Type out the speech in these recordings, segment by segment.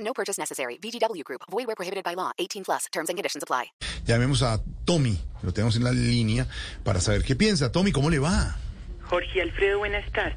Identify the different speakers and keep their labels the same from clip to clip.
Speaker 1: No purchase necessary. VGW Group. Void where prohibited by law. 18 plus. Terms and conditions apply.
Speaker 2: Llamemos a Tommy, lo tenemos en la línea, para saber qué piensa. Tommy, ¿cómo le va?
Speaker 3: Jorge Alfredo, buenas tardes.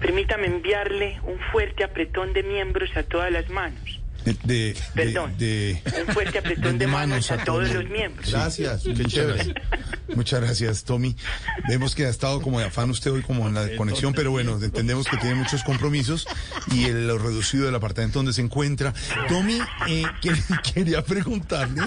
Speaker 3: Permítame enviarle un fuerte apretón de miembros a todas las manos.
Speaker 2: De, de-
Speaker 3: Perdón.
Speaker 2: de- de-
Speaker 3: Un fuerte apretón
Speaker 2: de
Speaker 3: de, manos, a todos
Speaker 2: Tommy.
Speaker 3: los miembros.
Speaker 2: Gracias, qué chévere. Muchas gracias, Tommy. Vemos que ha estado como de afán usted hoy, como en la conexión, pero bueno, entendemos que tiene muchos compromisos y el, lo reducido del apartamento donde se encuentra. Tommy, eh, que- quería preguntarle.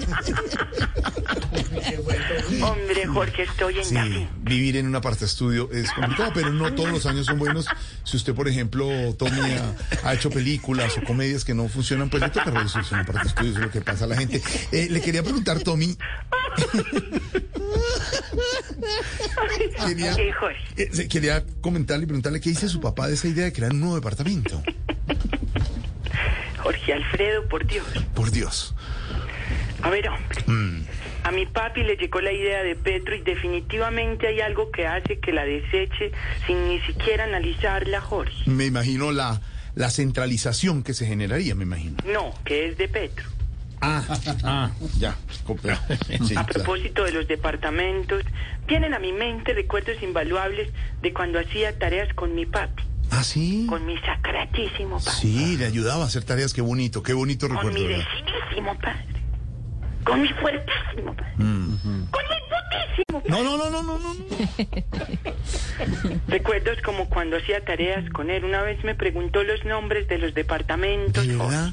Speaker 3: Hombre, Jorge, estoy en
Speaker 2: Sí,
Speaker 3: la fin.
Speaker 2: vivir en un aparta estudio es complicado, pero no todos los años son buenos. Si usted, por ejemplo, Tommy ha, ha hecho películas o comedias que no funcionan, pues le toca reducirse en un aparta estudio, eso es lo que pasa a la gente. Eh, le quería preguntar, Tommy, Quería-
Speaker 3: Eh, Jorge,
Speaker 2: eh, se- quería comentarle y preguntarle qué dice su papá de esa idea de crear un nuevo departamento.
Speaker 3: Jorge Alfredo, por Dios.
Speaker 2: Por Dios.
Speaker 3: A ver, hombre. A mi papi le llegó la idea de Petro y definitivamente hay algo que hace que la deseche sin ni siquiera analizarla, Jorge.
Speaker 2: Me imagino la, la centralización que se generaría, me imagino.
Speaker 3: No, que es de Petro.
Speaker 2: Ah, ya. comprendo. Sí,
Speaker 3: A
Speaker 2: claro.
Speaker 3: propósito de los departamentos, vienen a mi mente recuerdos invaluables de cuando hacía tareas con mi papi,
Speaker 2: Ah, sí.
Speaker 3: con mi sacratísimo padre,
Speaker 2: Sí, le ayudaba a hacer tareas. Qué bonito, qué bonito
Speaker 3: con
Speaker 2: recuerdo.
Speaker 3: mi
Speaker 2: ¿verdad?
Speaker 3: vecinísimo padre, con mi fuertísimo padre, con mi putísimo padre.
Speaker 2: No, no, no, no, no, no. no.
Speaker 3: Recuerdos como cuando hacía tareas con él. Una vez me preguntó los nombres de los departamentos
Speaker 2: ¿De
Speaker 3: Jorge,
Speaker 2: verdad?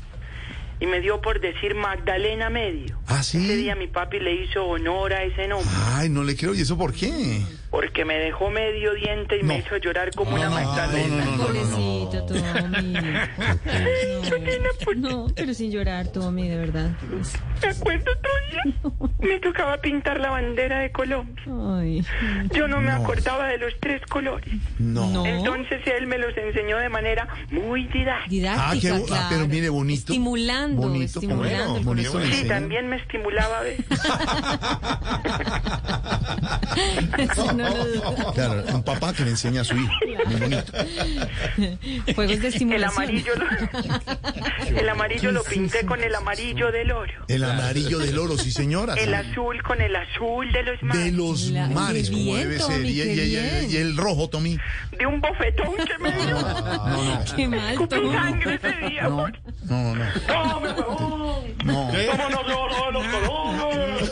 Speaker 3: y me dio por decir Magdalena Medio.
Speaker 2: ¿Ah, sí?
Speaker 3: Ese día mi papi le hizo honor a ese nombre.
Speaker 2: Ay, no le creo. ¿Y eso por qué?
Speaker 3: Porque me dejó medio diente y me
Speaker 2: No. Ah,
Speaker 3: hizo llorar como una magdalena.
Speaker 4: Pobrecito, Tommy.
Speaker 3: pues
Speaker 4: No, pero sin llorar, Tommy, de verdad.
Speaker 3: ¿Te acuerdas otro día? Me tocaba pintar la bandera de Colombia.
Speaker 4: Ay.
Speaker 3: Yo no me
Speaker 2: No. ¿Oh?
Speaker 3: acordaba de los tres colores.
Speaker 2: No.
Speaker 4: No.
Speaker 3: Entonces él me los enseñó de manera muy didáctica.
Speaker 4: Didáctica,
Speaker 2: Ah, qué bo- ah,
Speaker 4: claro.
Speaker 2: pero mire, bonito.
Speaker 4: Estimulando,
Speaker 2: Bonito,
Speaker 4: estimulando
Speaker 2: bueno,
Speaker 4: el
Speaker 2: bonito
Speaker 4: corazón.
Speaker 2: le
Speaker 3: Sí,
Speaker 2: enseñó.
Speaker 3: también me estimulaba a veces.
Speaker 4: Eso no lo dudo.
Speaker 2: Claro, un papá que le enseña a su hijo. Muy bonito.
Speaker 4: Juegos de
Speaker 3: El
Speaker 4: estimulación.
Speaker 3: amarillo lo, el amarillo lo pinté con el amarillo del oro.
Speaker 2: El amarillo del oro, sí, señora.
Speaker 3: El azul con el azul de los
Speaker 2: De
Speaker 3: mares.
Speaker 2: los
Speaker 4: La-
Speaker 2: mares,
Speaker 4: qué
Speaker 2: como
Speaker 4: bien,
Speaker 2: debe ser.
Speaker 4: Tommy,
Speaker 2: Y,
Speaker 4: qué
Speaker 2: y- y-
Speaker 4: bien.
Speaker 2: y el rojo, Tommy.
Speaker 3: De un bofetón que me dio.
Speaker 4: Qué mal,
Speaker 3: Escupí
Speaker 4: Tommy.
Speaker 3: sangre ese día. Jorge.
Speaker 2: No, no,
Speaker 3: ¡No, me huevón!
Speaker 2: no.
Speaker 3: ¿Cómo no habló de los colores?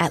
Speaker 5: at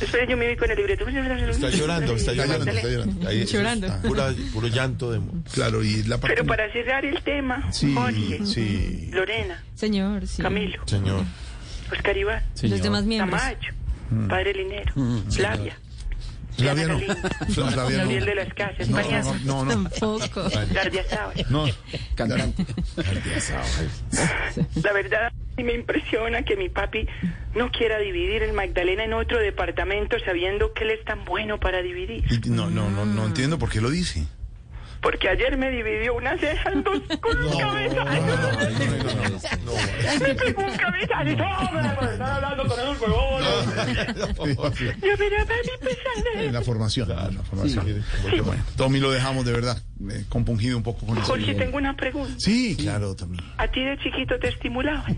Speaker 3: Espera, yo me vi con el libreto.
Speaker 6: Está llorando, está
Speaker 2: Está llorando,
Speaker 6: llorando.
Speaker 2: está llorando. Ahí-
Speaker 4: Llorando.
Speaker 2: ah,
Speaker 6: Pura- puro llanto de...
Speaker 2: Claro, y la parte.
Speaker 3: Pero para cerrar el tema,
Speaker 2: Sí,
Speaker 3: Jorge,
Speaker 2: sí.
Speaker 3: Lorena,
Speaker 4: Señor, sí.
Speaker 3: Camilo,
Speaker 6: Señor.
Speaker 3: Oscar Iván,
Speaker 4: Los demás miembros.
Speaker 3: Tamayo, Padre Linero, Flavia,
Speaker 2: Mm. Flavia no. No, Flavia no.
Speaker 3: Gabriel de las Casas,
Speaker 2: No,
Speaker 3: Mariana,
Speaker 2: no, no, no, no.
Speaker 4: Tampoco.
Speaker 3: Gardia Sábal.
Speaker 2: No.
Speaker 3: La verdad, sí me impresiona que mi papi no quiera dividir el Magdalena en otro departamento sabiendo que él es tan bueno para dividir.
Speaker 2: Y- No, no, no, no entiendo por qué lo dice.
Speaker 3: Porque ayer me dividió una ceja en dos con un cabezal. Un cabezal. No, me me están pues, hablando con esos huevones. Yo, pero papi, pues, a ver.
Speaker 2: En la formación. en la formación. Porque, bueno, Tommy lo dejamos de verdad. eh, compungido un poco con eso.
Speaker 3: Jorge, tengo una pregunta.
Speaker 2: Sí, claro, también.
Speaker 3: ¿A ti de chiquito te estimulaban?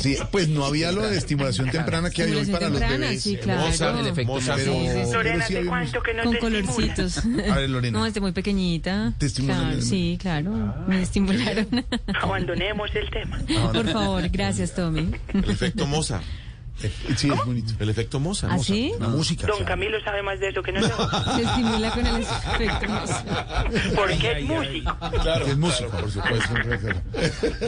Speaker 2: Sí, pues no había lo de estimulación temprana que hay hoy para
Speaker 4: Estimulación
Speaker 2: los
Speaker 4: temprana,
Speaker 2: bebés.
Speaker 4: sí, claro.
Speaker 6: Mozart, el efecto
Speaker 2: Mozart,
Speaker 6: Mozart.
Speaker 2: pero,
Speaker 6: Sí, sí, sí.
Speaker 2: pero
Speaker 3: Lorena,
Speaker 2: sí
Speaker 3: ¿hace
Speaker 2: habíamos-
Speaker 3: cuánto que no
Speaker 4: Con
Speaker 3: te estimula?
Speaker 4: colorcitos.
Speaker 2: A ver, Lorena.
Speaker 4: No, desde muy pequeñita.
Speaker 2: Te estimulan Ah,
Speaker 4: Claro,
Speaker 2: el-
Speaker 4: sí, claro. Me estimularon.
Speaker 3: Abandonemos el tema.
Speaker 4: Por favor, gracias, Tommy.
Speaker 6: El efecto Mozart.
Speaker 2: Eh, Sí, es bonito.
Speaker 6: El efecto Mozart.
Speaker 4: ¿Ah,
Speaker 6: Mozart.
Speaker 4: sí?
Speaker 2: La música.
Speaker 3: Don
Speaker 2: claro.
Speaker 3: Camilo sabe más de eso que nosotros.
Speaker 4: Se estimula con el efecto.
Speaker 3: Porque es música.
Speaker 2: Claro, es músico, por supuesto.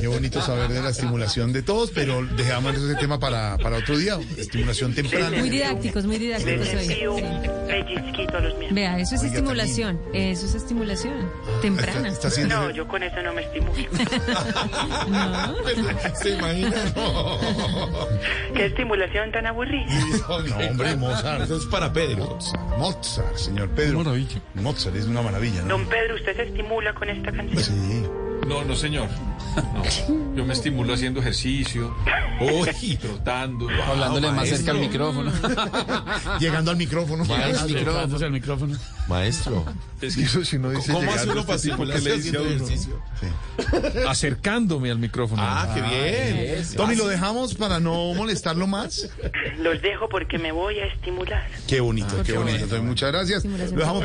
Speaker 2: Qué bonito saber de la estimulación de todos, pero dejamos ese tema para, para otro día. Estimulación temprana.
Speaker 4: Muy didácticos, muy
Speaker 3: Les
Speaker 4: didácticos hoy.
Speaker 3: envío
Speaker 4: Sí.
Speaker 3: un pellizquito a los míos.
Speaker 4: Vea, eso es
Speaker 2: Oiga,
Speaker 4: estimulación. Eso es estimulación.
Speaker 2: Está,
Speaker 4: Temprana.
Speaker 2: está haciendo.
Speaker 3: No, yo con eso no me estimulo.
Speaker 4: No.
Speaker 6: ¿Se imagina? No.
Speaker 3: Qué estimulación tan aburrida.
Speaker 2: No, hombre, Mozart.
Speaker 6: Eso es para Pedro.
Speaker 2: Mozart, señor Pedro.
Speaker 7: Maravilla.
Speaker 2: Mozart es una maravilla, ¿no?
Speaker 3: Don Pedro, ¿usted se estimula con esta canción?
Speaker 2: Sí.
Speaker 7: No, no, señor. No. Yo me estimulo haciendo ejercicio,
Speaker 6: Uy,
Speaker 7: trotando.
Speaker 8: Hablándole más cerca al micrófono.
Speaker 2: Llegando al micrófono.
Speaker 8: Al micrófono.
Speaker 6: Maestro.
Speaker 7: Es
Speaker 2: Eso si no dice
Speaker 6: ¿Cómo hace
Speaker 2: llegando
Speaker 6: uno para
Speaker 2: este tipo
Speaker 6: estimularse
Speaker 2: que le dice a
Speaker 6: haciendo
Speaker 2: uno.
Speaker 6: ejercicio?
Speaker 7: acercándome al micrófono.
Speaker 6: Ah, qué bien.
Speaker 2: Tommy, ¿lo dejamos para no molestarlo más?
Speaker 3: Los dejo porque me voy a estimular.
Speaker 2: Qué bonito, Ah, qué bonito. Tommy, muchas gracias. Lo dejamos